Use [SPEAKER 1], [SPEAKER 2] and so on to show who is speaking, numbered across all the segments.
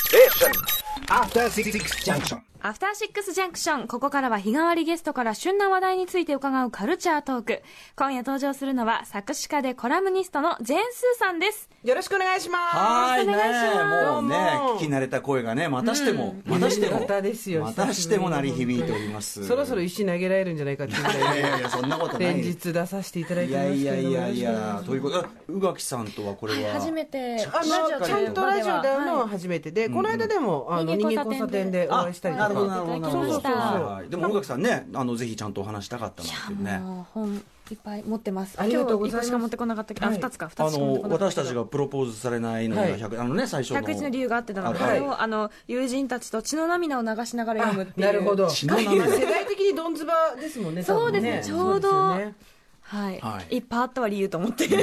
[SPEAKER 1] Station. After Six Junction.
[SPEAKER 2] アフターシックスジャンクション。ここからは日替わりゲストから旬な話題について伺うカルチャートーク。今夜登場するのは作詞家でコラムニストのジェーンスーさんです。
[SPEAKER 3] よろしくお願いします。
[SPEAKER 4] はーいね
[SPEAKER 2] お願いします
[SPEAKER 4] もうね
[SPEAKER 3] どうも
[SPEAKER 4] 聞き慣れた声がねまたしても、またしても
[SPEAKER 3] またですよ
[SPEAKER 4] またしても鳴り響いております
[SPEAKER 3] そろそろ石投げられるんじゃないかっていうぐ
[SPEAKER 4] いやい
[SPEAKER 3] ら
[SPEAKER 4] や
[SPEAKER 3] い
[SPEAKER 4] いやそ んなことない
[SPEAKER 3] 連日出させていただい
[SPEAKER 4] い
[SPEAKER 3] てま
[SPEAKER 4] や
[SPEAKER 3] すけ
[SPEAKER 4] い
[SPEAKER 3] ど
[SPEAKER 4] や
[SPEAKER 3] も
[SPEAKER 4] いやいや
[SPEAKER 3] よ
[SPEAKER 4] と
[SPEAKER 3] ろ
[SPEAKER 4] い
[SPEAKER 3] し
[SPEAKER 4] う
[SPEAKER 3] くお願いします
[SPEAKER 4] ことで宇垣さんとはこれは
[SPEAKER 2] 初めて。
[SPEAKER 3] あまあちゃんとラジオで会うのは
[SPEAKER 2] はい
[SPEAKER 3] 初めてで、この間でも、あの
[SPEAKER 2] 人
[SPEAKER 3] 人
[SPEAKER 2] 間
[SPEAKER 3] 間
[SPEAKER 2] 交差点
[SPEAKER 3] 交差点でお会いしたりと
[SPEAKER 4] な
[SPEAKER 3] か
[SPEAKER 4] るほどなるほどなるほど
[SPEAKER 3] そうそうそう
[SPEAKER 4] はいでも宇垣さんねあのぜひちゃんとお話したかったなっていうね
[SPEAKER 2] もう本いっぱい持ってます。
[SPEAKER 3] ありがとうございま
[SPEAKER 2] 今日一個
[SPEAKER 3] す
[SPEAKER 2] しか持ってこなかったけど、あ、
[SPEAKER 3] はい
[SPEAKER 2] 二つか、二
[SPEAKER 4] あ
[SPEAKER 2] つしか持ってこ
[SPEAKER 4] の
[SPEAKER 2] なかっ
[SPEAKER 4] 私
[SPEAKER 2] た
[SPEAKER 4] た
[SPEAKER 2] け
[SPEAKER 4] ち
[SPEAKER 2] ど。
[SPEAKER 4] がプロポーズされないのには100あのね最初の
[SPEAKER 2] 101の理由があってたので、
[SPEAKER 4] あ
[SPEAKER 2] これをあの友人たちと血の涙を流しながら読むっていう。
[SPEAKER 3] なるほど。
[SPEAKER 4] 血の涙
[SPEAKER 3] 今世代的にドンズバですもんね。多分
[SPEAKER 2] そうですねちょうど
[SPEAKER 3] そうですよね
[SPEAKER 2] はい、
[SPEAKER 4] はい
[SPEAKER 2] いっぱいあったわ理由と思って。
[SPEAKER 3] いく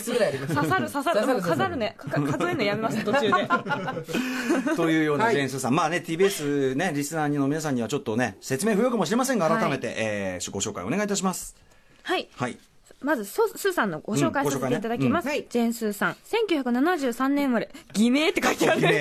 [SPEAKER 3] つぐらいありま す。
[SPEAKER 2] 刺さる刺さる、もう飾るね、か数えるのやめます、 途中で。
[SPEAKER 4] というような
[SPEAKER 3] はい
[SPEAKER 4] ジェーンスーさん、まあね TBS ねリスナーの皆さんにはちょっとね説明不要かもしれませんが改めて、えーご紹介お願いいたします
[SPEAKER 2] はい。
[SPEAKER 4] はい
[SPEAKER 2] まず、ソスーさんのご紹介
[SPEAKER 4] うん
[SPEAKER 2] させていただきます。
[SPEAKER 3] ご紹介ねうん
[SPEAKER 2] ジェーン・スーさん、1973年生まれ、偽名って書いてある。
[SPEAKER 3] 偽名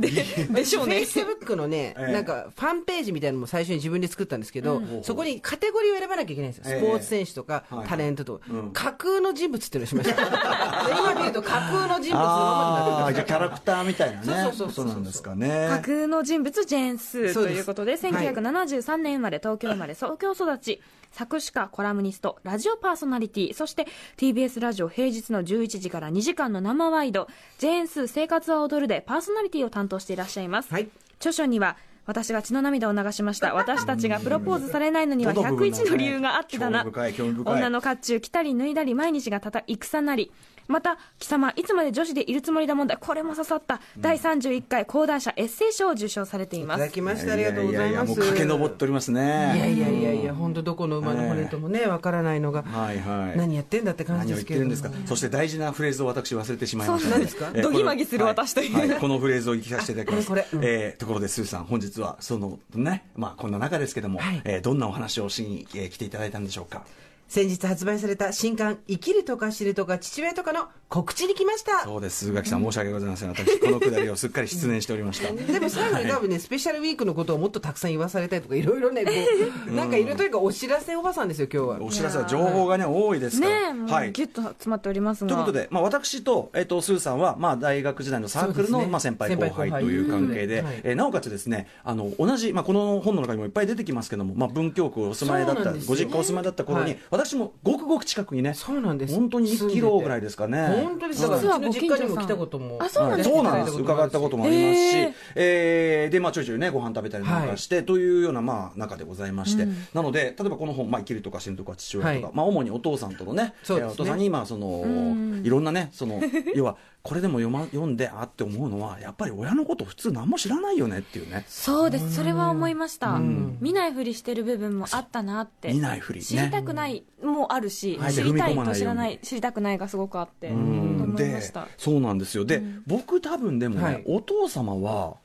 [SPEAKER 3] です
[SPEAKER 2] ででしょう
[SPEAKER 3] フェ
[SPEAKER 2] ね
[SPEAKER 3] イ。スブックのね、
[SPEAKER 4] ええ
[SPEAKER 3] なんかファンページみたいなのも最初に自分で作ったんですけど、そこにカテゴリーを選ばなきゃいけないんですよ、スポーツ選手とか、
[SPEAKER 4] えはい
[SPEAKER 3] タレントとか、
[SPEAKER 4] うん
[SPEAKER 3] 架空の人物っていうのをしま した、で今見ると架空の人物のま
[SPEAKER 4] あ
[SPEAKER 3] まにな
[SPEAKER 4] あじゃ
[SPEAKER 3] っ
[SPEAKER 4] あ
[SPEAKER 3] て
[SPEAKER 4] キャラクターみたいなね
[SPEAKER 3] そうそうそうそう
[SPEAKER 4] ことなんですかね
[SPEAKER 2] 架空の人物、ジェーン・スー
[SPEAKER 3] そう
[SPEAKER 2] と
[SPEAKER 3] です
[SPEAKER 2] いうことで、
[SPEAKER 3] はい
[SPEAKER 2] 1973年生まれ、東京生まれ、東京育ち。作詞家、コラムニスト、ラジオパーソナリティ、そして TBS ラジオ平日の11時から2時間の生ワイド、ジェーンスー生活は踊るでパーソナリティを担当していらっしゃいます。
[SPEAKER 3] はい
[SPEAKER 2] 著書には、私が血の涙を流しました。私たちがプロポーズされないのには101の理由があってだな。
[SPEAKER 4] 興味深い興味深い
[SPEAKER 2] 女の甲冑着たり脱いだり毎日がたた戦なりまた貴様いつまで女子でいるつもりだ問題これも刺さった、第31回講談社エッセイ賞を受賞されてい
[SPEAKER 3] い
[SPEAKER 2] ま
[SPEAKER 3] ただ
[SPEAKER 2] す
[SPEAKER 3] きました、ありがとうござい
[SPEAKER 4] ややや
[SPEAKER 3] ま
[SPEAKER 4] もう
[SPEAKER 3] す。
[SPEAKER 4] 駆け上っておりますね
[SPEAKER 3] いやいやいやいや、本当どこの馬の骨ともね、わからないのが、
[SPEAKER 4] はいはい
[SPEAKER 3] 何やってんだって感じ
[SPEAKER 4] 何
[SPEAKER 3] です
[SPEAKER 4] を言っ
[SPEAKER 3] け
[SPEAKER 4] て
[SPEAKER 3] れ
[SPEAKER 4] る
[SPEAKER 3] ど
[SPEAKER 4] ん
[SPEAKER 3] も
[SPEAKER 4] ですかそして大事なフレーズを私忘れてしまいました
[SPEAKER 3] そうなんですか
[SPEAKER 4] えー
[SPEAKER 2] どぎまぎする
[SPEAKER 4] これは
[SPEAKER 2] 私という
[SPEAKER 4] はこのフレーズを聞かせていただきま す
[SPEAKER 3] これこれ
[SPEAKER 4] えーところでスーさん本日はそのねまあこんな中ですけども、
[SPEAKER 3] はい
[SPEAKER 4] えーどんなお話をしに、えー来ていただいたんでしょうか
[SPEAKER 3] 先日発売された新刊、生きるとか知るとか、父親とかの告知に来ました。
[SPEAKER 4] そうです鈴垣さん申し訳ございません私このくだりをすっかり失念しており ました
[SPEAKER 3] でも最後に多分ね、スペシャルウィークのことをもっとたくさん言わされたりとか、いろいろね、こう、なんかいるというか、お知らせおばさんですよ、今日は。
[SPEAKER 4] お知らせは情報がね多いですか
[SPEAKER 2] ね
[SPEAKER 4] ら
[SPEAKER 2] えもうギ
[SPEAKER 4] は
[SPEAKER 2] ュ
[SPEAKER 4] い
[SPEAKER 2] ッと詰まっておりますが
[SPEAKER 4] ということで、まあ、私と,、えっとスーさんは、まあ、大学時代のサークル
[SPEAKER 3] そう
[SPEAKER 4] の、
[SPEAKER 3] ですね
[SPEAKER 4] まあ、先輩後輩
[SPEAKER 3] 先輩後輩
[SPEAKER 4] という関係で、
[SPEAKER 3] うんはい
[SPEAKER 4] えーなおかつですねあの同じ、まあ、この本の中にもいっぱい出てきますけども、まあ、文京区お住まいだっ
[SPEAKER 3] そうな
[SPEAKER 4] た
[SPEAKER 3] んですよ
[SPEAKER 4] ご実家お住まいだった頃に、
[SPEAKER 3] はい
[SPEAKER 4] 私もごくごく近くにね
[SPEAKER 3] そうなんです
[SPEAKER 4] 本当に1キロぐらいですかね
[SPEAKER 3] 本当です。だから、うち
[SPEAKER 2] 実は
[SPEAKER 3] の実家にも来たことも。
[SPEAKER 2] あそうなん
[SPEAKER 4] は
[SPEAKER 2] で
[SPEAKER 4] い、
[SPEAKER 2] す
[SPEAKER 4] そう
[SPEAKER 2] ね
[SPEAKER 4] なんです伺ったこともありますし、えーでまあ、ちょいちょいねご飯食べたりなんかして、というような、まあ、中でございまして、なので例えばこの本「まあ、生きる」とか「死ぬ」とか「父親」とか、
[SPEAKER 3] はい
[SPEAKER 4] まあ、主にお父さんとのね
[SPEAKER 3] そうですね
[SPEAKER 4] えーお父さんに今そのいろんなねその要はこれでも読,、ま、読んであって思うのはやっぱり親のこと普通何も知らないよねっていうね
[SPEAKER 2] そうですそれは思いました、見ないふりしてる部分もあったなって
[SPEAKER 4] 見ないふりね
[SPEAKER 2] 知りたくないもあるし、
[SPEAKER 4] はい
[SPEAKER 2] 知りたい
[SPEAKER 4] 踏み込まな
[SPEAKER 2] と
[SPEAKER 4] いよ
[SPEAKER 2] 知ら
[SPEAKER 4] うに
[SPEAKER 2] ない知りたくないがすごくあって
[SPEAKER 4] うん
[SPEAKER 2] 思いま
[SPEAKER 4] で
[SPEAKER 2] した
[SPEAKER 4] そうなんですよで、僕多分でもね、
[SPEAKER 3] はい
[SPEAKER 4] お父様は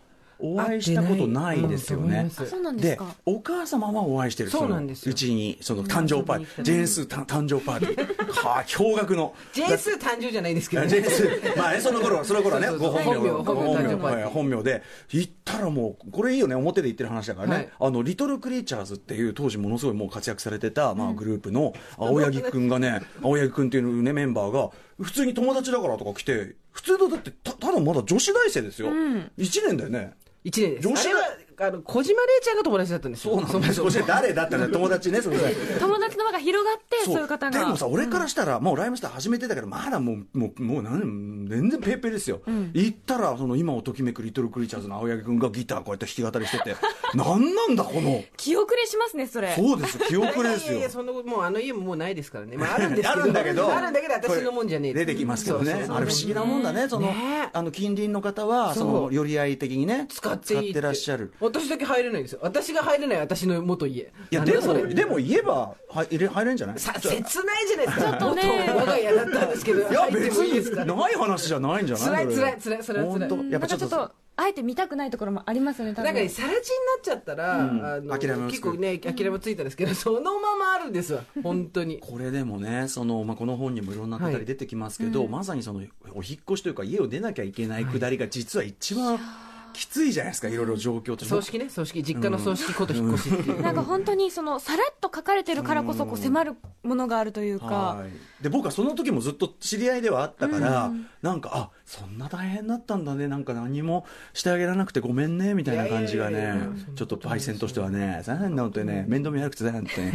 [SPEAKER 4] お会いしたことないですよね。
[SPEAKER 3] うんと
[SPEAKER 2] あ
[SPEAKER 3] 思います
[SPEAKER 2] そうなんです
[SPEAKER 4] で
[SPEAKER 2] か、
[SPEAKER 4] お母様はお会いしてる。
[SPEAKER 3] そうなん
[SPEAKER 4] の
[SPEAKER 3] ですよ
[SPEAKER 4] うちに、その誕生パーティー、ジェーンスーた誕生パーティー。 はあ、驚愕の。
[SPEAKER 3] ジェンスー誕生じゃないですけ
[SPEAKER 4] だ
[SPEAKER 3] ど
[SPEAKER 4] っ
[SPEAKER 3] ね。
[SPEAKER 4] てジェーンスー、まあね、その頃は、その頃はね、
[SPEAKER 3] そう
[SPEAKER 4] ご
[SPEAKER 3] そう
[SPEAKER 4] 本
[SPEAKER 3] そう
[SPEAKER 4] 名、
[SPEAKER 3] 本
[SPEAKER 4] ご
[SPEAKER 3] 名
[SPEAKER 4] 本
[SPEAKER 3] 本名
[SPEAKER 4] 名、はい本名で、行ったらもう、これいいよね、表で言ってる話だからね、
[SPEAKER 3] はい
[SPEAKER 4] あの、リトルクリーチャーズっていう、当時ものすごいもう活躍されてた、まあ、グループの、青柳くんがね、青柳くんっていうね、メンバーが、普通に友達だからとか来て、普通のだって、たただまだ女子大生ですよ。一1年だよね。
[SPEAKER 3] 一年です。
[SPEAKER 4] 女
[SPEAKER 3] あ
[SPEAKER 4] 子
[SPEAKER 3] れ
[SPEAKER 4] だ
[SPEAKER 3] は、あの、小島玲ちゃんが友達だったんですよ。
[SPEAKER 4] そうなんです。
[SPEAKER 3] も
[SPEAKER 4] そし
[SPEAKER 3] そ
[SPEAKER 4] て
[SPEAKER 3] も
[SPEAKER 4] 誰だったら友達ね、その
[SPEAKER 2] 友達の輪が広がってそういう方が
[SPEAKER 4] でもさ俺からしたら、もうライムスター始めてたけどまだもうもうもう何全然ペーペーですよ、行ったらその今をときめくリトルクリーチャーズの青柳君がギターこうやって弾き語りして て何なんだこの
[SPEAKER 2] 気遅れしますねそれ
[SPEAKER 4] そうです記憶
[SPEAKER 3] いや
[SPEAKER 4] で
[SPEAKER 3] い
[SPEAKER 4] す
[SPEAKER 3] やい
[SPEAKER 4] よ
[SPEAKER 3] や、そんなこと、もうあの家ももうないですからね。まあ、あるんですけど。
[SPEAKER 4] あるんだけど
[SPEAKER 3] あるんだけど、私のもんじゃねえ
[SPEAKER 4] 出てきますけどね
[SPEAKER 3] そうそうそう
[SPEAKER 4] あれ不思議なもんだねその
[SPEAKER 3] ね
[SPEAKER 4] あの近隣の方は
[SPEAKER 3] そ
[SPEAKER 4] そうの寄り合い的にね
[SPEAKER 3] 使っていいって
[SPEAKER 4] 使らっしゃる
[SPEAKER 3] 私だけ入れないんですよ私が入れない私の元家
[SPEAKER 4] いや
[SPEAKER 3] なんだ
[SPEAKER 4] で
[SPEAKER 3] そ
[SPEAKER 4] も
[SPEAKER 3] れ
[SPEAKER 4] でも言えば入れ入れんじゃない
[SPEAKER 3] さ切ないじゃないですか
[SPEAKER 2] ちょっとね
[SPEAKER 3] 元我が家だったんですけど
[SPEAKER 4] いや
[SPEAKER 3] 入って
[SPEAKER 4] 別
[SPEAKER 3] もいいですか
[SPEAKER 4] にない話じゃないんじゃない
[SPEAKER 3] 辛い辛い辛いそれは辛い
[SPEAKER 4] 本当やっぱちょっ
[SPEAKER 2] なんか
[SPEAKER 4] と
[SPEAKER 2] あえて見たくないところもありますよね多
[SPEAKER 3] な
[SPEAKER 2] 分
[SPEAKER 3] んかね、さら地になっちゃったら、
[SPEAKER 4] うん
[SPEAKER 3] あの
[SPEAKER 4] 諦めます
[SPEAKER 3] 結構ね、諦めついたんですけど、そのままあるんですわ、本当に。
[SPEAKER 4] これでもねその、まあ、この本にもいろんなくだり出てきますけど、まさにそのお引っ越しというか家を出なきゃいけないくだりが実は一番きついじゃないですかいろいろ状況として
[SPEAKER 3] 葬式ね、葬式、実家の葬式こと引っ越しっていう。
[SPEAKER 2] なんか本当にそのさらっと書かれてるからこそこう迫るものがあるというか、
[SPEAKER 4] はい、で僕はその時もずっと知り合いではあったから、なんかあそんな大変だったんだねなんか何もしてあげられなくてごめんねみたいな感じがね
[SPEAKER 3] いやいやいやいや
[SPEAKER 4] ちょっとパイセンとしてはね残念なのってね面倒見悪くてなんてね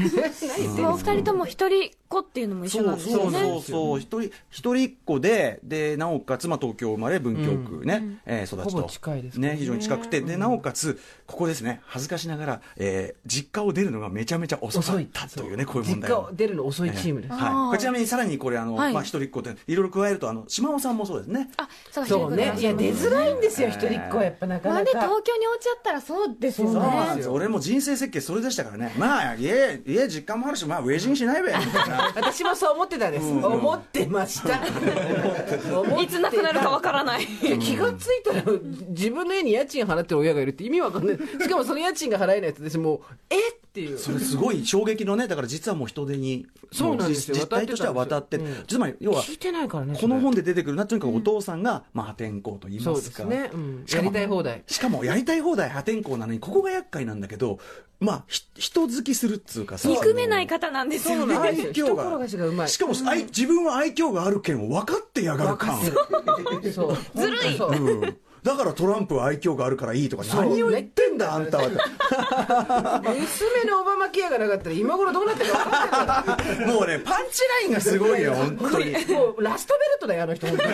[SPEAKER 2] そのお二人とも一人っ子っていうのも一緒なんですよね
[SPEAKER 4] そうそうそう一人一人っ子ででなおかつ、まあ、東京生まれ文京区ね、えー育ちと
[SPEAKER 3] ほぼ近いですからね
[SPEAKER 4] 非常に近くてでなおかつここですね恥ずかしながら、えー実家を出るのがめちゃめちゃ遅かったというねこういう問
[SPEAKER 3] 実
[SPEAKER 4] 題
[SPEAKER 3] 家
[SPEAKER 4] が
[SPEAKER 3] を出るの遅いチームです。
[SPEAKER 4] はい
[SPEAKER 2] あー
[SPEAKER 4] これちなみにさらにこれあの、
[SPEAKER 2] はい
[SPEAKER 4] まあ、一人っ子でいろいろ加えるとあの島尾さんもそうですね
[SPEAKER 2] あそうか
[SPEAKER 3] そうね。いや、出づらいんですよ、
[SPEAKER 4] え
[SPEAKER 3] 一
[SPEAKER 4] ー
[SPEAKER 3] 人っ子はやっぱなか
[SPEAKER 2] まあ
[SPEAKER 3] な
[SPEAKER 2] ね
[SPEAKER 3] か。
[SPEAKER 2] 東京に落ちちゃったらそうですよ
[SPEAKER 3] そうなん
[SPEAKER 2] ね
[SPEAKER 3] ですよ
[SPEAKER 4] 俺も人生設計それでしたからねまあ家家実家もあるしまあウェージンしないべみたいな
[SPEAKER 3] 私もそう思ってたんです。
[SPEAKER 4] うん
[SPEAKER 3] 思ってました。
[SPEAKER 2] いつなくなるかわからない
[SPEAKER 3] いや気がついたら、自分の家に家賃払ってる親がいるって意味わかんない。しかもその家賃が払えないやつです、もう、えっていう。
[SPEAKER 4] それすごい衝撃のねだから実はもう人手に
[SPEAKER 3] そうなんですよ
[SPEAKER 4] もう実実態としては渡ってる
[SPEAKER 3] 渡ってたん
[SPEAKER 4] つまり要は
[SPEAKER 3] 聞いてないからね。
[SPEAKER 4] この本で出てくるなとにかくお父さんが、まあ破天荒と言い
[SPEAKER 3] そう
[SPEAKER 4] ま
[SPEAKER 3] ですす
[SPEAKER 4] か
[SPEAKER 3] ね。うん
[SPEAKER 4] し
[SPEAKER 3] や
[SPEAKER 4] かも
[SPEAKER 3] りたい放題。
[SPEAKER 4] しかもやりたい放題破天荒なのにここが厄介なんだけどまあひ人好きするっつうかさ
[SPEAKER 2] 憎めない方なんですよね
[SPEAKER 3] そうなんですよ
[SPEAKER 4] 愛嬌が
[SPEAKER 3] 人転がしがうまい
[SPEAKER 4] しかも、愛自分は愛嬌がある件を分かってやがる感
[SPEAKER 3] そう。
[SPEAKER 2] ずるい
[SPEAKER 3] そう
[SPEAKER 4] うんだからトランプは愛嬌があるからいいとか
[SPEAKER 3] そう
[SPEAKER 4] 何を言ってんだあんたは って
[SPEAKER 3] 娘のオバマケアがなかったら今頃どうなってるか分かんない
[SPEAKER 4] もうねパンチラインがすご いよ本当に
[SPEAKER 3] もうラストベルトだよあの人本当に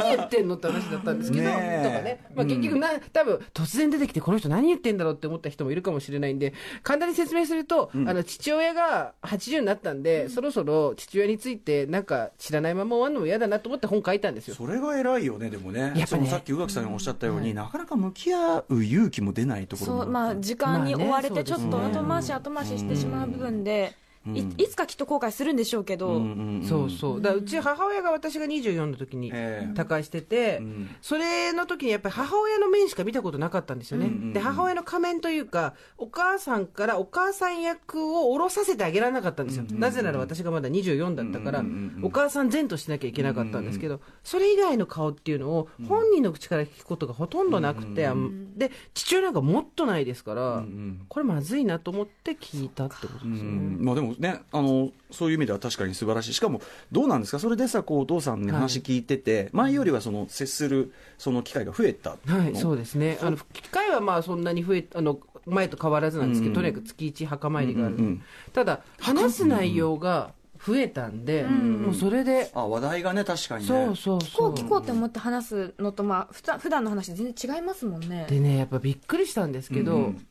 [SPEAKER 3] 何言ってんのって話だったんですけど、
[SPEAKER 4] ね
[SPEAKER 3] とか
[SPEAKER 4] え
[SPEAKER 3] ね、まあ、結局な、多分突然出てきてこの人何言ってんだろうって思った人もいるかもしれないんで簡単に説明すると、あの父親が80になったんで、そろそろ父親についてなんか知らないまま終わるのも嫌だなと思って本書いたんですよ
[SPEAKER 4] それが偉いよねでもね
[SPEAKER 3] ね
[SPEAKER 4] そのさっき宇垣さんがおっしゃったように、なかなか向き合う勇気も出ないところ
[SPEAKER 2] そ
[SPEAKER 4] も
[SPEAKER 2] うまあ時間に追われ
[SPEAKER 3] まあ
[SPEAKER 2] て
[SPEAKER 3] ね
[SPEAKER 2] ちょっと
[SPEAKER 3] そうです
[SPEAKER 2] 後
[SPEAKER 3] ね
[SPEAKER 2] 回し後回ししてしまう部分で、いいつかきっと後悔するんでしょうけど、
[SPEAKER 4] うんうんうん
[SPEAKER 3] そうそうだからうち母親が私が24の時に
[SPEAKER 4] ええ
[SPEAKER 3] 他界してて、
[SPEAKER 4] ん
[SPEAKER 3] それの時にやっぱり母親の面しか見たことなかったんですよね、で母親の仮面というかお母さんからお母さん役を下ろさせてあげられなかったんですよ、なぜなら私がまだ24だったから、
[SPEAKER 4] うんうんうんうん
[SPEAKER 3] お母さん前としなきゃいけなかったんですけど、それ以外の顔っていうのを本人の口から聞くことがほとんどなくて、あんで父親なんかもっとないですから、
[SPEAKER 4] ん
[SPEAKER 3] これまずいなと思って聞いたってことです
[SPEAKER 4] う
[SPEAKER 3] ね、
[SPEAKER 4] んまあ、でもねあの、そういう意味では確かに素晴らしい、しかもどうなんですか、それでさ、こうお父さんに話聞いてて、前よりはその接するその機会が増えたの、
[SPEAKER 3] はい、そうですね。あの、機会はまあそんなに増え、あの、前と変わらずなんですけど、とにかく月一墓参りがある。
[SPEAKER 4] うんうんうん
[SPEAKER 3] ただ、話す内容が増えたんで、もうそれで、
[SPEAKER 4] あ話題がね、確かにね。
[SPEAKER 3] そうそう
[SPEAKER 2] 聞こ
[SPEAKER 3] そうう。
[SPEAKER 2] 聞こうって思って話すのとまあ普段普段の話全然違いますもんね
[SPEAKER 3] でね、やっぱびっくりしたんですけど、
[SPEAKER 4] うんうん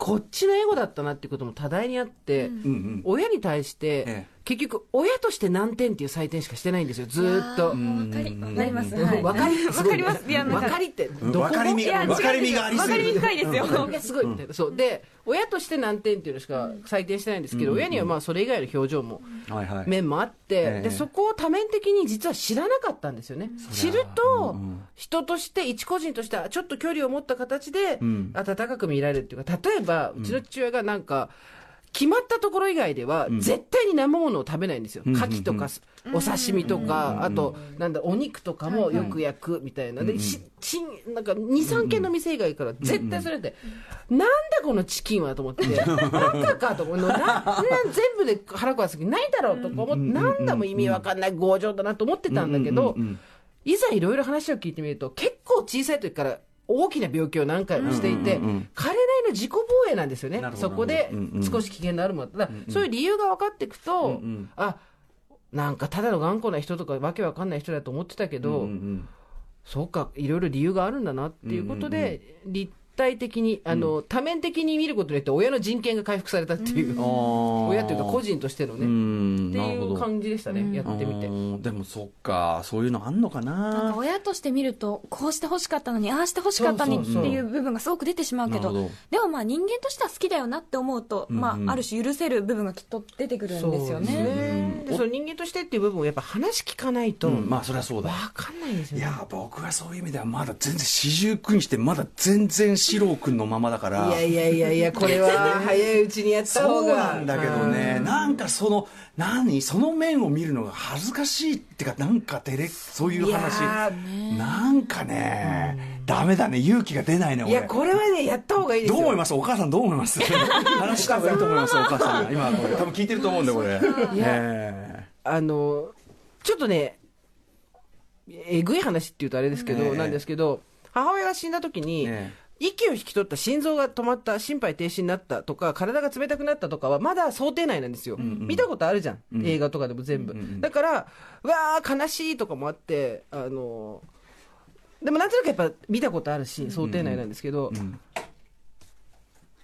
[SPEAKER 3] こっちのエゴだったなっていうことも多大にあって、
[SPEAKER 4] うんうん
[SPEAKER 3] 親に対して、
[SPEAKER 4] え
[SPEAKER 3] 結局、親として何点っていう採点しかしてないんですよ、ずーっと。
[SPEAKER 2] 分かりわかります
[SPEAKER 3] わ
[SPEAKER 2] はい
[SPEAKER 3] かり
[SPEAKER 2] わかりますいやなん
[SPEAKER 3] わ
[SPEAKER 2] か
[SPEAKER 3] かりって、
[SPEAKER 4] う
[SPEAKER 3] ど
[SPEAKER 4] ん
[SPEAKER 3] こも
[SPEAKER 4] わかりみ
[SPEAKER 2] いや
[SPEAKER 4] わかりみがあり
[SPEAKER 2] わ
[SPEAKER 4] すぎる
[SPEAKER 2] かりみ深いですよ
[SPEAKER 3] いやすごいみたいな、そうで親として何点っていうのしか採点してないんですけど、親にはまあそれ以外の表情も、
[SPEAKER 4] はいはい、
[SPEAKER 3] 面もあって、
[SPEAKER 4] ええ
[SPEAKER 3] でそこを多面的に実は知らなかったんですよね、知ると、人として一個人としてはちょっと距離を持った形で温
[SPEAKER 4] ん
[SPEAKER 3] かく見られるっていうか例えばうちの父親がなんか、決まったところ以外では、絶対に生ものを食べないんですよ、牡蠣とかす、お刺身とか、あと、なんだ、お肉とかもよく焼くみたいな、でしちんなんか2、3軒の店以外から、絶対それで、なんだこのチキンはと思って、バカかと思って、ななん全部で腹壊す気ないだろうとか思って、なんだもう意味わかんない、強情だなと思ってたんだけど
[SPEAKER 4] うんうんうん、
[SPEAKER 3] いざいろいろ話を聞いてみると、結構小さい時から、大きな病気を何回もしていて、
[SPEAKER 4] うんうんうんうん
[SPEAKER 3] 彼なりの自己防衛なんですよね
[SPEAKER 4] なる、ほど
[SPEAKER 3] そこで
[SPEAKER 4] うんうん
[SPEAKER 3] 少し危険のあるものだから、そういう理由が分かっていくと、
[SPEAKER 4] ん
[SPEAKER 3] あなんかただの頑固な人とか、わけわかんない人だと思ってたけど、
[SPEAKER 4] うんうん
[SPEAKER 3] そうか、いろいろ理由があるんだなっていうことで、立体的に、あの、多面的に見ることによって、親の人権が回復されたっていう、 親
[SPEAKER 4] 親
[SPEAKER 3] というか個人としての
[SPEAKER 4] う
[SPEAKER 3] ね、
[SPEAKER 4] ん
[SPEAKER 3] って
[SPEAKER 4] なる
[SPEAKER 3] い
[SPEAKER 4] ほど
[SPEAKER 3] う感じでしたね、やってみて
[SPEAKER 4] う。んでもそっかそういうのあんのか
[SPEAKER 2] なんか
[SPEAKER 4] な
[SPEAKER 2] 親として見るとこうしてほしかったのにああしてほしかったのに
[SPEAKER 3] そう
[SPEAKER 2] っ
[SPEAKER 3] そ
[SPEAKER 2] て
[SPEAKER 3] うそう
[SPEAKER 2] いう部分がすごく出てしまうけど
[SPEAKER 4] なるほど
[SPEAKER 2] でもまあ人間としては好きだよなって思うと、
[SPEAKER 4] うんうん
[SPEAKER 2] まあ、ある種許せる部分がきっと出てくるんですよ
[SPEAKER 3] そう
[SPEAKER 2] ね。
[SPEAKER 3] ねでその人間としてっていう部分をやっぱ話聞かないと、
[SPEAKER 4] う
[SPEAKER 3] わ
[SPEAKER 4] んまあそりゃそうだ
[SPEAKER 3] かんないですよ
[SPEAKER 4] い
[SPEAKER 3] ね。
[SPEAKER 4] や僕はそういう意味ではまだ全然四十九にしてまだ全然四郎君のままだから
[SPEAKER 3] いやいやいやいや、これは早いうちにやった
[SPEAKER 4] そ
[SPEAKER 3] 方
[SPEAKER 4] う
[SPEAKER 3] が。
[SPEAKER 4] なんだけどねなんかその何その面を見るのが恥ずかしいってかなんか照れそういう話
[SPEAKER 3] いや
[SPEAKER 4] なんかねダメだね勇気が出ないね
[SPEAKER 3] うん。
[SPEAKER 4] 俺
[SPEAKER 3] いや、これはね、やった方がいいです
[SPEAKER 4] ど
[SPEAKER 3] よ。
[SPEAKER 4] う思いますお母さんどう思います 話した方がいいと思いますお母さん今これ多分聞いてると思うんだよこれ
[SPEAKER 3] いや
[SPEAKER 4] え
[SPEAKER 3] あの、ちょっとね、えぐい話っていうとあれですけど、
[SPEAKER 4] ええ
[SPEAKER 3] なんですけど、母親が死んだ時に、
[SPEAKER 4] え
[SPEAKER 3] 息を引き取った心臓が止まった心肺停止になったとか体が冷たくなったとかはまだ想定内なんですよ、見たことあるじゃん、映画とかでも全部、だからうわー悲しいとかもあってあのでもなんとなくやっぱ見たことあるし想定内なんですけど、
[SPEAKER 4] ん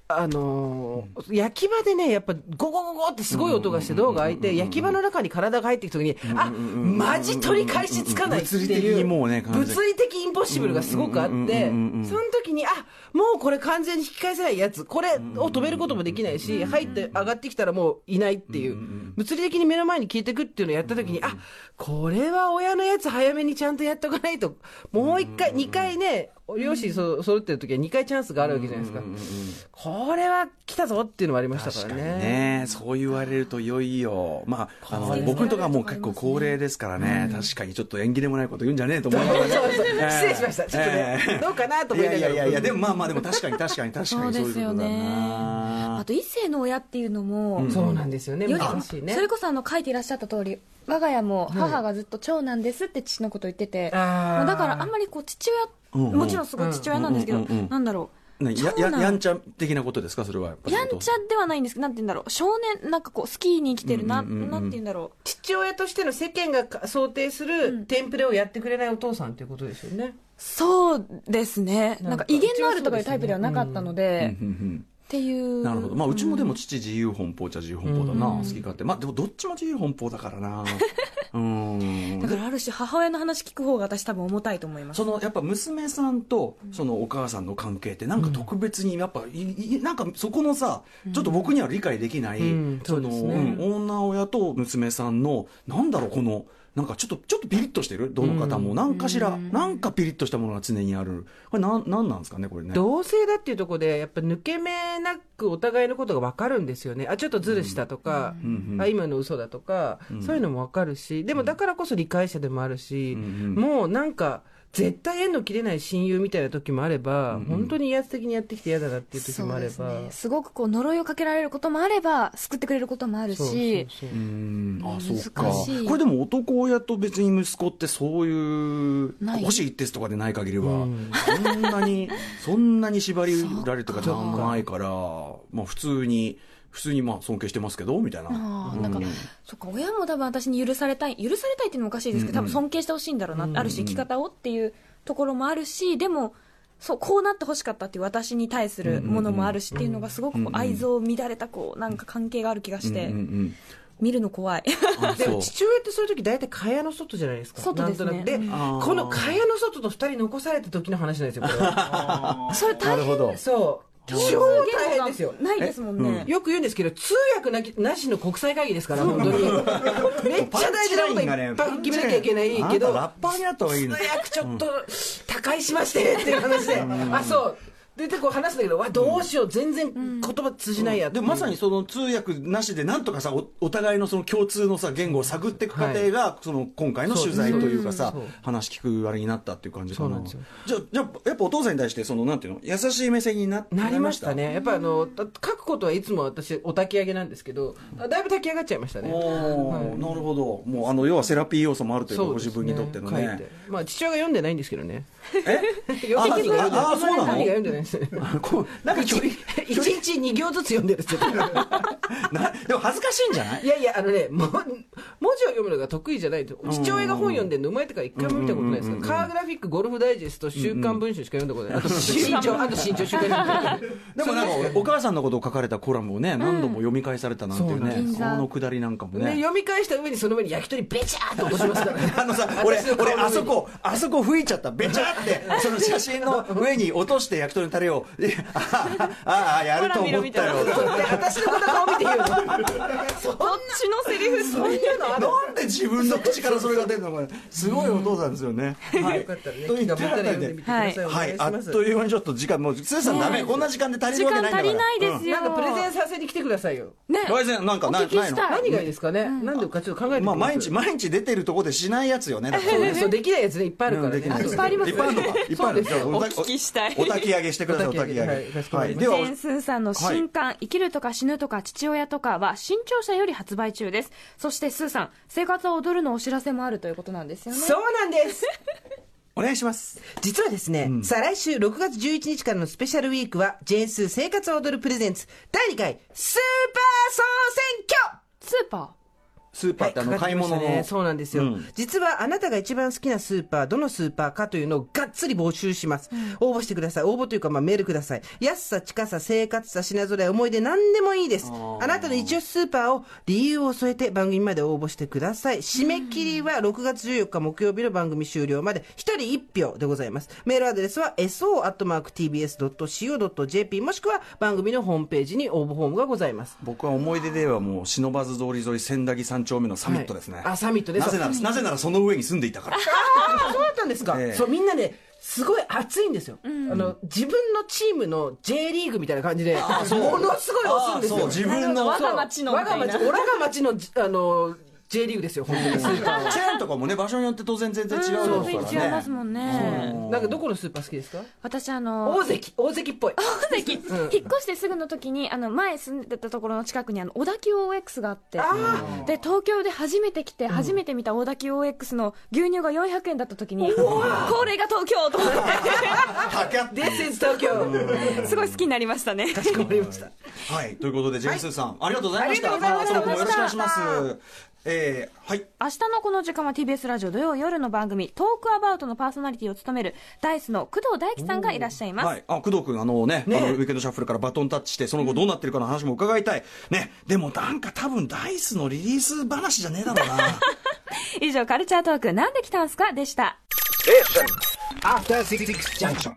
[SPEAKER 3] あのー焼き場でね、やっぱゴゴゴゴってすごい音がして、ドアが開いて、焼き場の中に体が入っていくときに、あマジ取り返しつかないっていう、
[SPEAKER 4] 物理的にもうね完
[SPEAKER 3] 物
[SPEAKER 4] 全に
[SPEAKER 3] 理的インポッシブルがすごくあっ
[SPEAKER 4] うんうんうん
[SPEAKER 3] て、
[SPEAKER 4] うんうんうん
[SPEAKER 3] その時に、あもうこれ完全に引き返せないやつ、これを止めることもできないし、入って上がってきたらもういないっていう、物理的に目の前に消えてくっていうのをやった時に、あこれは親のやつ早めにちゃんとやっとかないと、もう一回、二回ね、両親そ揃ってる時は二回チャンスがあるわけじゃないですか。これは来たぞっていうのはありました
[SPEAKER 4] 確
[SPEAKER 3] か
[SPEAKER 4] からに
[SPEAKER 3] ね。
[SPEAKER 4] ね、そう言われるといよいよ、まあ、あの
[SPEAKER 2] そうですね
[SPEAKER 4] 僕とかもう結構高齢ですからね、確かにちょっと縁起でもないこと言うんじゃねえと思いながらね
[SPEAKER 3] そうそう失礼しました。ちょっとね、
[SPEAKER 4] ええ
[SPEAKER 3] どうかなと
[SPEAKER 4] い
[SPEAKER 3] 思いな
[SPEAKER 4] や
[SPEAKER 3] がら。
[SPEAKER 4] いやいやいや、でもまあまあ、でも確かに確かに確かにそういうことだ
[SPEAKER 2] あ
[SPEAKER 4] な。
[SPEAKER 2] と異性の親っていうのも、
[SPEAKER 4] ん
[SPEAKER 3] そうなんですよね、
[SPEAKER 2] より
[SPEAKER 3] 難しいね。
[SPEAKER 2] それこそあの書いていらっしゃった通り我が家も母がずっと長男ですって父のこと言ってて、
[SPEAKER 3] あー
[SPEAKER 2] もうだからあんまりこう父
[SPEAKER 4] うん
[SPEAKER 2] 親、
[SPEAKER 4] うん
[SPEAKER 2] もちろんすごい父親なんですけど、
[SPEAKER 4] うんうんうん
[SPEAKER 2] なんだろう、
[SPEAKER 4] ねや
[SPEAKER 2] 長
[SPEAKER 4] や
[SPEAKER 2] 男
[SPEAKER 4] やんちゃ的なことですか、それは。やっぱり
[SPEAKER 2] やんちゃではないんですけどなんて言うんだろう少年なんかこうスキーに生きてるな、
[SPEAKER 4] うんうんうんうん
[SPEAKER 2] なんて言うんだろう
[SPEAKER 3] 父親としての世間がか想定するテンプレをやってくれないお父さんということですよね。
[SPEAKER 2] そうですねな
[SPEAKER 3] な
[SPEAKER 2] んんか
[SPEAKER 3] か
[SPEAKER 2] 威厳のあるとかいうタイプではなかったので
[SPEAKER 4] うんうんうん
[SPEAKER 2] っていう
[SPEAKER 4] なるほど、まあ、うちもでも父自由奔放っちゃ自由奔放だな、好き勝手、まあ、でもどっちも自由奔放だからな。 うん
[SPEAKER 2] だからある種母親の話聞く方が私多分重たいと思います
[SPEAKER 4] そのやっぱ娘さんとそのお母さんの関係ってなんか特別にやっぱいいなんかそこのさちょっと僕には理解できない
[SPEAKER 3] うん
[SPEAKER 4] そ
[SPEAKER 3] そ
[SPEAKER 4] の
[SPEAKER 3] うですね
[SPEAKER 4] うん女親と娘さんのなんだろうこのなんかちょっとちょっとピリッとしてるどの方もなんかしらなんかピリッとしたものが常にあるこれなんなんなんですかねこれね。
[SPEAKER 3] 同性だっていうところで、やっぱ抜け目なくお互いのことが分かるんですよね。あ、ちょっとズルしたとか、
[SPEAKER 4] うんうん
[SPEAKER 3] あ今の嘘だとか、そういうのも分かるし、でもだからこそ理解者でもあるし、もうなんか、絶対縁の切れない親友みたいな時もあれば、本当に威圧的にやってきて嫌だなっていう時もあれば。
[SPEAKER 2] そうですねすごくこう呪いをかけられることもあれば救ってくれることもあるし
[SPEAKER 3] そうそうそう
[SPEAKER 4] うんあそうか
[SPEAKER 2] 難しい
[SPEAKER 4] これでも男親と別に息子ってそういう
[SPEAKER 2] ない
[SPEAKER 4] 星一徹とかでない限りは、
[SPEAKER 3] うん
[SPEAKER 4] そんなにそんなに縛りられるとか
[SPEAKER 2] そっか
[SPEAKER 4] ないからまあ普通に普通にまあ尊敬してますけどみたいな
[SPEAKER 2] ああなんか、
[SPEAKER 4] うん
[SPEAKER 2] そっか親も多分私に許されたい許されたいっていうのもおかしいですけど、
[SPEAKER 4] うんう
[SPEAKER 2] 多
[SPEAKER 4] ん
[SPEAKER 2] 分尊敬してほしいんだろうな、ある種生き方をっていうところもあるしでもそうこうなってほしかったっていう私に対するものもあるしっていうのがすごくこう愛憎乱れたこうなんか関係がある気がして、
[SPEAKER 4] うんうん
[SPEAKER 2] 見るの怖い
[SPEAKER 4] うんあ
[SPEAKER 3] で
[SPEAKER 4] そう
[SPEAKER 3] も父親ってそういう時大体蚊帳の外じゃないですか。
[SPEAKER 2] 外ですね
[SPEAKER 3] なんとなくで、
[SPEAKER 4] ん
[SPEAKER 3] この蚊帳の外と二人残された時の話なんですよ、これは。
[SPEAKER 2] それ
[SPEAKER 4] な
[SPEAKER 2] 大
[SPEAKER 4] るほ
[SPEAKER 2] 変
[SPEAKER 4] ど
[SPEAKER 3] そう。超
[SPEAKER 2] 言語
[SPEAKER 3] 大変ですよ
[SPEAKER 2] が。ないですもんね、
[SPEAKER 3] よく言うんですけど、通訳なきなしの国際会議ですから、本当に。 めっちゃ大事なこといっぱい決めなきゃいけないけ
[SPEAKER 4] あ
[SPEAKER 3] ど、
[SPEAKER 4] んたラッパーになった方がいい
[SPEAKER 3] 通
[SPEAKER 4] の
[SPEAKER 3] 訳ちょっと、他界しましてっていう話で、あ、そう。出てこう話すんだけど、わ、どうしよう、全然言葉通じないやって
[SPEAKER 4] で
[SPEAKER 3] いう
[SPEAKER 4] もまさにその通訳なしでなんとかさおお互いのその共通のさ言語を探っていく過程が、その今回の取材というかさ
[SPEAKER 3] そうそう
[SPEAKER 4] 話聞くあれになったっていう感じかな
[SPEAKER 3] そうなんですよ
[SPEAKER 4] じゃあじゃあやっぱお父さんに対してそのなんていうの優しい目線にな
[SPEAKER 3] なりましたね。やっぱあの、た書くことはいつも私、お焚き上げなんですけど、あだいぶ炊き上がっちゃいましたね。
[SPEAKER 4] おーなるほどもうあの要はセラピー要素もあるというか
[SPEAKER 3] そ
[SPEAKER 4] ご
[SPEAKER 3] うです
[SPEAKER 4] 自
[SPEAKER 3] ね
[SPEAKER 4] 分にとっての
[SPEAKER 3] 書い
[SPEAKER 4] ね
[SPEAKER 3] てまあ、父親が読んでないんですけどね。
[SPEAKER 4] え あ
[SPEAKER 3] 要するに
[SPEAKER 4] あああそうなの
[SPEAKER 3] 何が読んでないんですよ
[SPEAKER 4] こう
[SPEAKER 3] なんか一日一日二行ずつ読んでる って言ってた
[SPEAKER 4] なでも恥ずかしいんじゃない
[SPEAKER 3] いやいや、あのね、も文字を読むのが得意じゃないと、父親が本読んでるのうまいとか一回も見たことないですから、カーグラフィック、ゴルフダイジェスト、週刊文春しか読んだことない、あと身 長、あと身長、週刊文春。
[SPEAKER 4] でもなんかお母さんのことを書かれたコラムをね何度も読み返されたなんていうね、
[SPEAKER 2] うん
[SPEAKER 4] そのくだりなんかも
[SPEAKER 3] ね、
[SPEAKER 4] ね
[SPEAKER 3] 読み返した上にその上に焼き鳥べちゃーっと落としますからね
[SPEAKER 4] あのさ俺
[SPEAKER 3] 私の顔の上
[SPEAKER 4] 俺
[SPEAKER 3] に
[SPEAKER 4] あそこあそこ吹いちゃったべちゃってその写真の上に落として焼き鳥のタレをえああああやると思ったよ
[SPEAKER 2] ほら見ろ見ろ
[SPEAKER 3] そうで私のこと顔見て言うのそん
[SPEAKER 2] こっちのセリフ
[SPEAKER 3] そういうのある
[SPEAKER 4] なんで自分の口からそれが出るのこれすごいお父さんですよね、はい
[SPEAKER 3] よかったらね
[SPEAKER 4] とい
[SPEAKER 3] 気
[SPEAKER 4] った
[SPEAKER 3] が向い
[SPEAKER 4] あ
[SPEAKER 3] たら
[SPEAKER 4] たり
[SPEAKER 3] 読んでみ
[SPEAKER 4] で
[SPEAKER 3] てください、お
[SPEAKER 4] は
[SPEAKER 3] 願い
[SPEAKER 4] い
[SPEAKER 3] し
[SPEAKER 4] あっ
[SPEAKER 3] ます
[SPEAKER 4] という間にちょっと時間もうスーさんダメこんな時間で足り
[SPEAKER 2] 時
[SPEAKER 4] るわけ
[SPEAKER 2] 間
[SPEAKER 4] ないん
[SPEAKER 2] 足
[SPEAKER 4] だから
[SPEAKER 2] りないですよ、
[SPEAKER 3] なんかプレゼンさせに来てくださいよ
[SPEAKER 2] ね
[SPEAKER 4] プレゼンなんかな
[SPEAKER 2] お聞きしたい
[SPEAKER 4] な
[SPEAKER 3] 何がいいですかね、なんでかちょっと考えてみ
[SPEAKER 4] ま
[SPEAKER 3] ま
[SPEAKER 4] あ
[SPEAKER 3] す
[SPEAKER 4] 毎日毎日出てるとこでしないやつよねだから
[SPEAKER 3] そう
[SPEAKER 4] ね
[SPEAKER 3] ねそうできないやつねいっぱいあるからね、
[SPEAKER 4] できない
[SPEAKER 2] いっぱいあります
[SPEAKER 4] いっぱいあるのか。いっぱいあ
[SPEAKER 3] そうで
[SPEAKER 4] る。
[SPEAKER 3] すよ
[SPEAKER 4] じゃあた
[SPEAKER 2] お聞きしたい
[SPEAKER 4] お焚き上げしてください。お
[SPEAKER 3] お
[SPEAKER 4] 焚
[SPEAKER 3] 焚き
[SPEAKER 4] き上
[SPEAKER 3] 上
[SPEAKER 4] げ
[SPEAKER 3] げ。
[SPEAKER 4] はい。で
[SPEAKER 2] ジ
[SPEAKER 4] は
[SPEAKER 2] ェ、ーン・スンさんの新刊、生きるとか死ぬとか父親とかは新潮社より発売中です。そしてスーさん、生活は踊るのお知らせもあるということなんですよね。
[SPEAKER 3] そうなんです
[SPEAKER 4] お願いします。
[SPEAKER 3] 実はですね、さあ来週6月11日からのスペシャルウィークは、ジェーンスー生活を踊るプレゼンツ、第2回、スーパー総選挙
[SPEAKER 2] スーパ
[SPEAKER 4] スーパーってあの
[SPEAKER 3] かか
[SPEAKER 4] 買
[SPEAKER 3] て
[SPEAKER 4] い
[SPEAKER 3] ました
[SPEAKER 4] 物
[SPEAKER 3] ね
[SPEAKER 4] の。
[SPEAKER 3] そうなんですよ、実はあなたが一番好きなスーパーどのスーパーかというのをがっつり募集します、応募してください応募というか、まあ、メールください安さ近さ生活さ品揃え思い出何でもいいですあなたの一押しスーパーを理由を添えて番組まで応募してください締め切りは6月14日木曜日の番組終了まで1人1票でございますメールアドレスは so.tbs.co.jp もしくは番組のホームページに応募フォームがございます
[SPEAKER 4] 僕は思い出ではもう忍ばず通り沿い千駄木三丁目のサミットですね。
[SPEAKER 3] はいあサミットね
[SPEAKER 4] なぜなら、なぜならその上に住んでいたから。
[SPEAKER 3] あそうだったんですか、
[SPEAKER 4] ええ
[SPEAKER 3] そうみんなねすごい熱いんですよ、あの自分のチームの J リーグみたいな感じでものすごい押すんです
[SPEAKER 4] あそう
[SPEAKER 3] よ
[SPEAKER 4] 自
[SPEAKER 2] ー。
[SPEAKER 4] 分の
[SPEAKER 2] 我
[SPEAKER 3] そう
[SPEAKER 2] が町のみ
[SPEAKER 3] 我
[SPEAKER 2] た
[SPEAKER 3] が
[SPEAKER 2] いな
[SPEAKER 3] 町。俺が町のあの J リーグですよ本当にスーパーは
[SPEAKER 4] チェーンとかもね、場所によって当然全然違うだろう
[SPEAKER 2] うん
[SPEAKER 4] か
[SPEAKER 2] 違い
[SPEAKER 4] ら
[SPEAKER 2] ます
[SPEAKER 4] ね。
[SPEAKER 2] もんね。
[SPEAKER 3] なんかどこのスーパー好きですか
[SPEAKER 2] 私あの、
[SPEAKER 3] 大関大関っぽい
[SPEAKER 2] 大関、引っ越してすぐの時に、あの、前住んでたところの近くに、あの、小田急 OX があって、で、東京で初めて来て、初めて見た小田急 OX の牛乳が400円だった時に、これが東京と思っ
[SPEAKER 4] はきゃって。
[SPEAKER 3] This is Tokyo
[SPEAKER 2] て、すごい好きになりましたね。
[SPEAKER 3] 困りました
[SPEAKER 4] はい。ということで、ジェーンスーさん、ありがとうございました。
[SPEAKER 3] ありがとうございました
[SPEAKER 4] これからもよろしくお願いします。えー、はい。
[SPEAKER 2] 明日のこの時間は TBS ラジオ土曜夜の番組「トークアバウト」のパーソナリティを務めるダイスの工藤大樹さんがいらっしゃいます、
[SPEAKER 4] はい、あ工藤君、あのねあの、ウィークエンドシャッフルからバトンタッチして、その後どうなってるかの話も伺いたい、ね、でもなんか、多分ダイスのリリース話じゃねえだろうな。
[SPEAKER 2] 以上「カルチャートークなんで来たんすか?」でした
[SPEAKER 1] After Six Junction.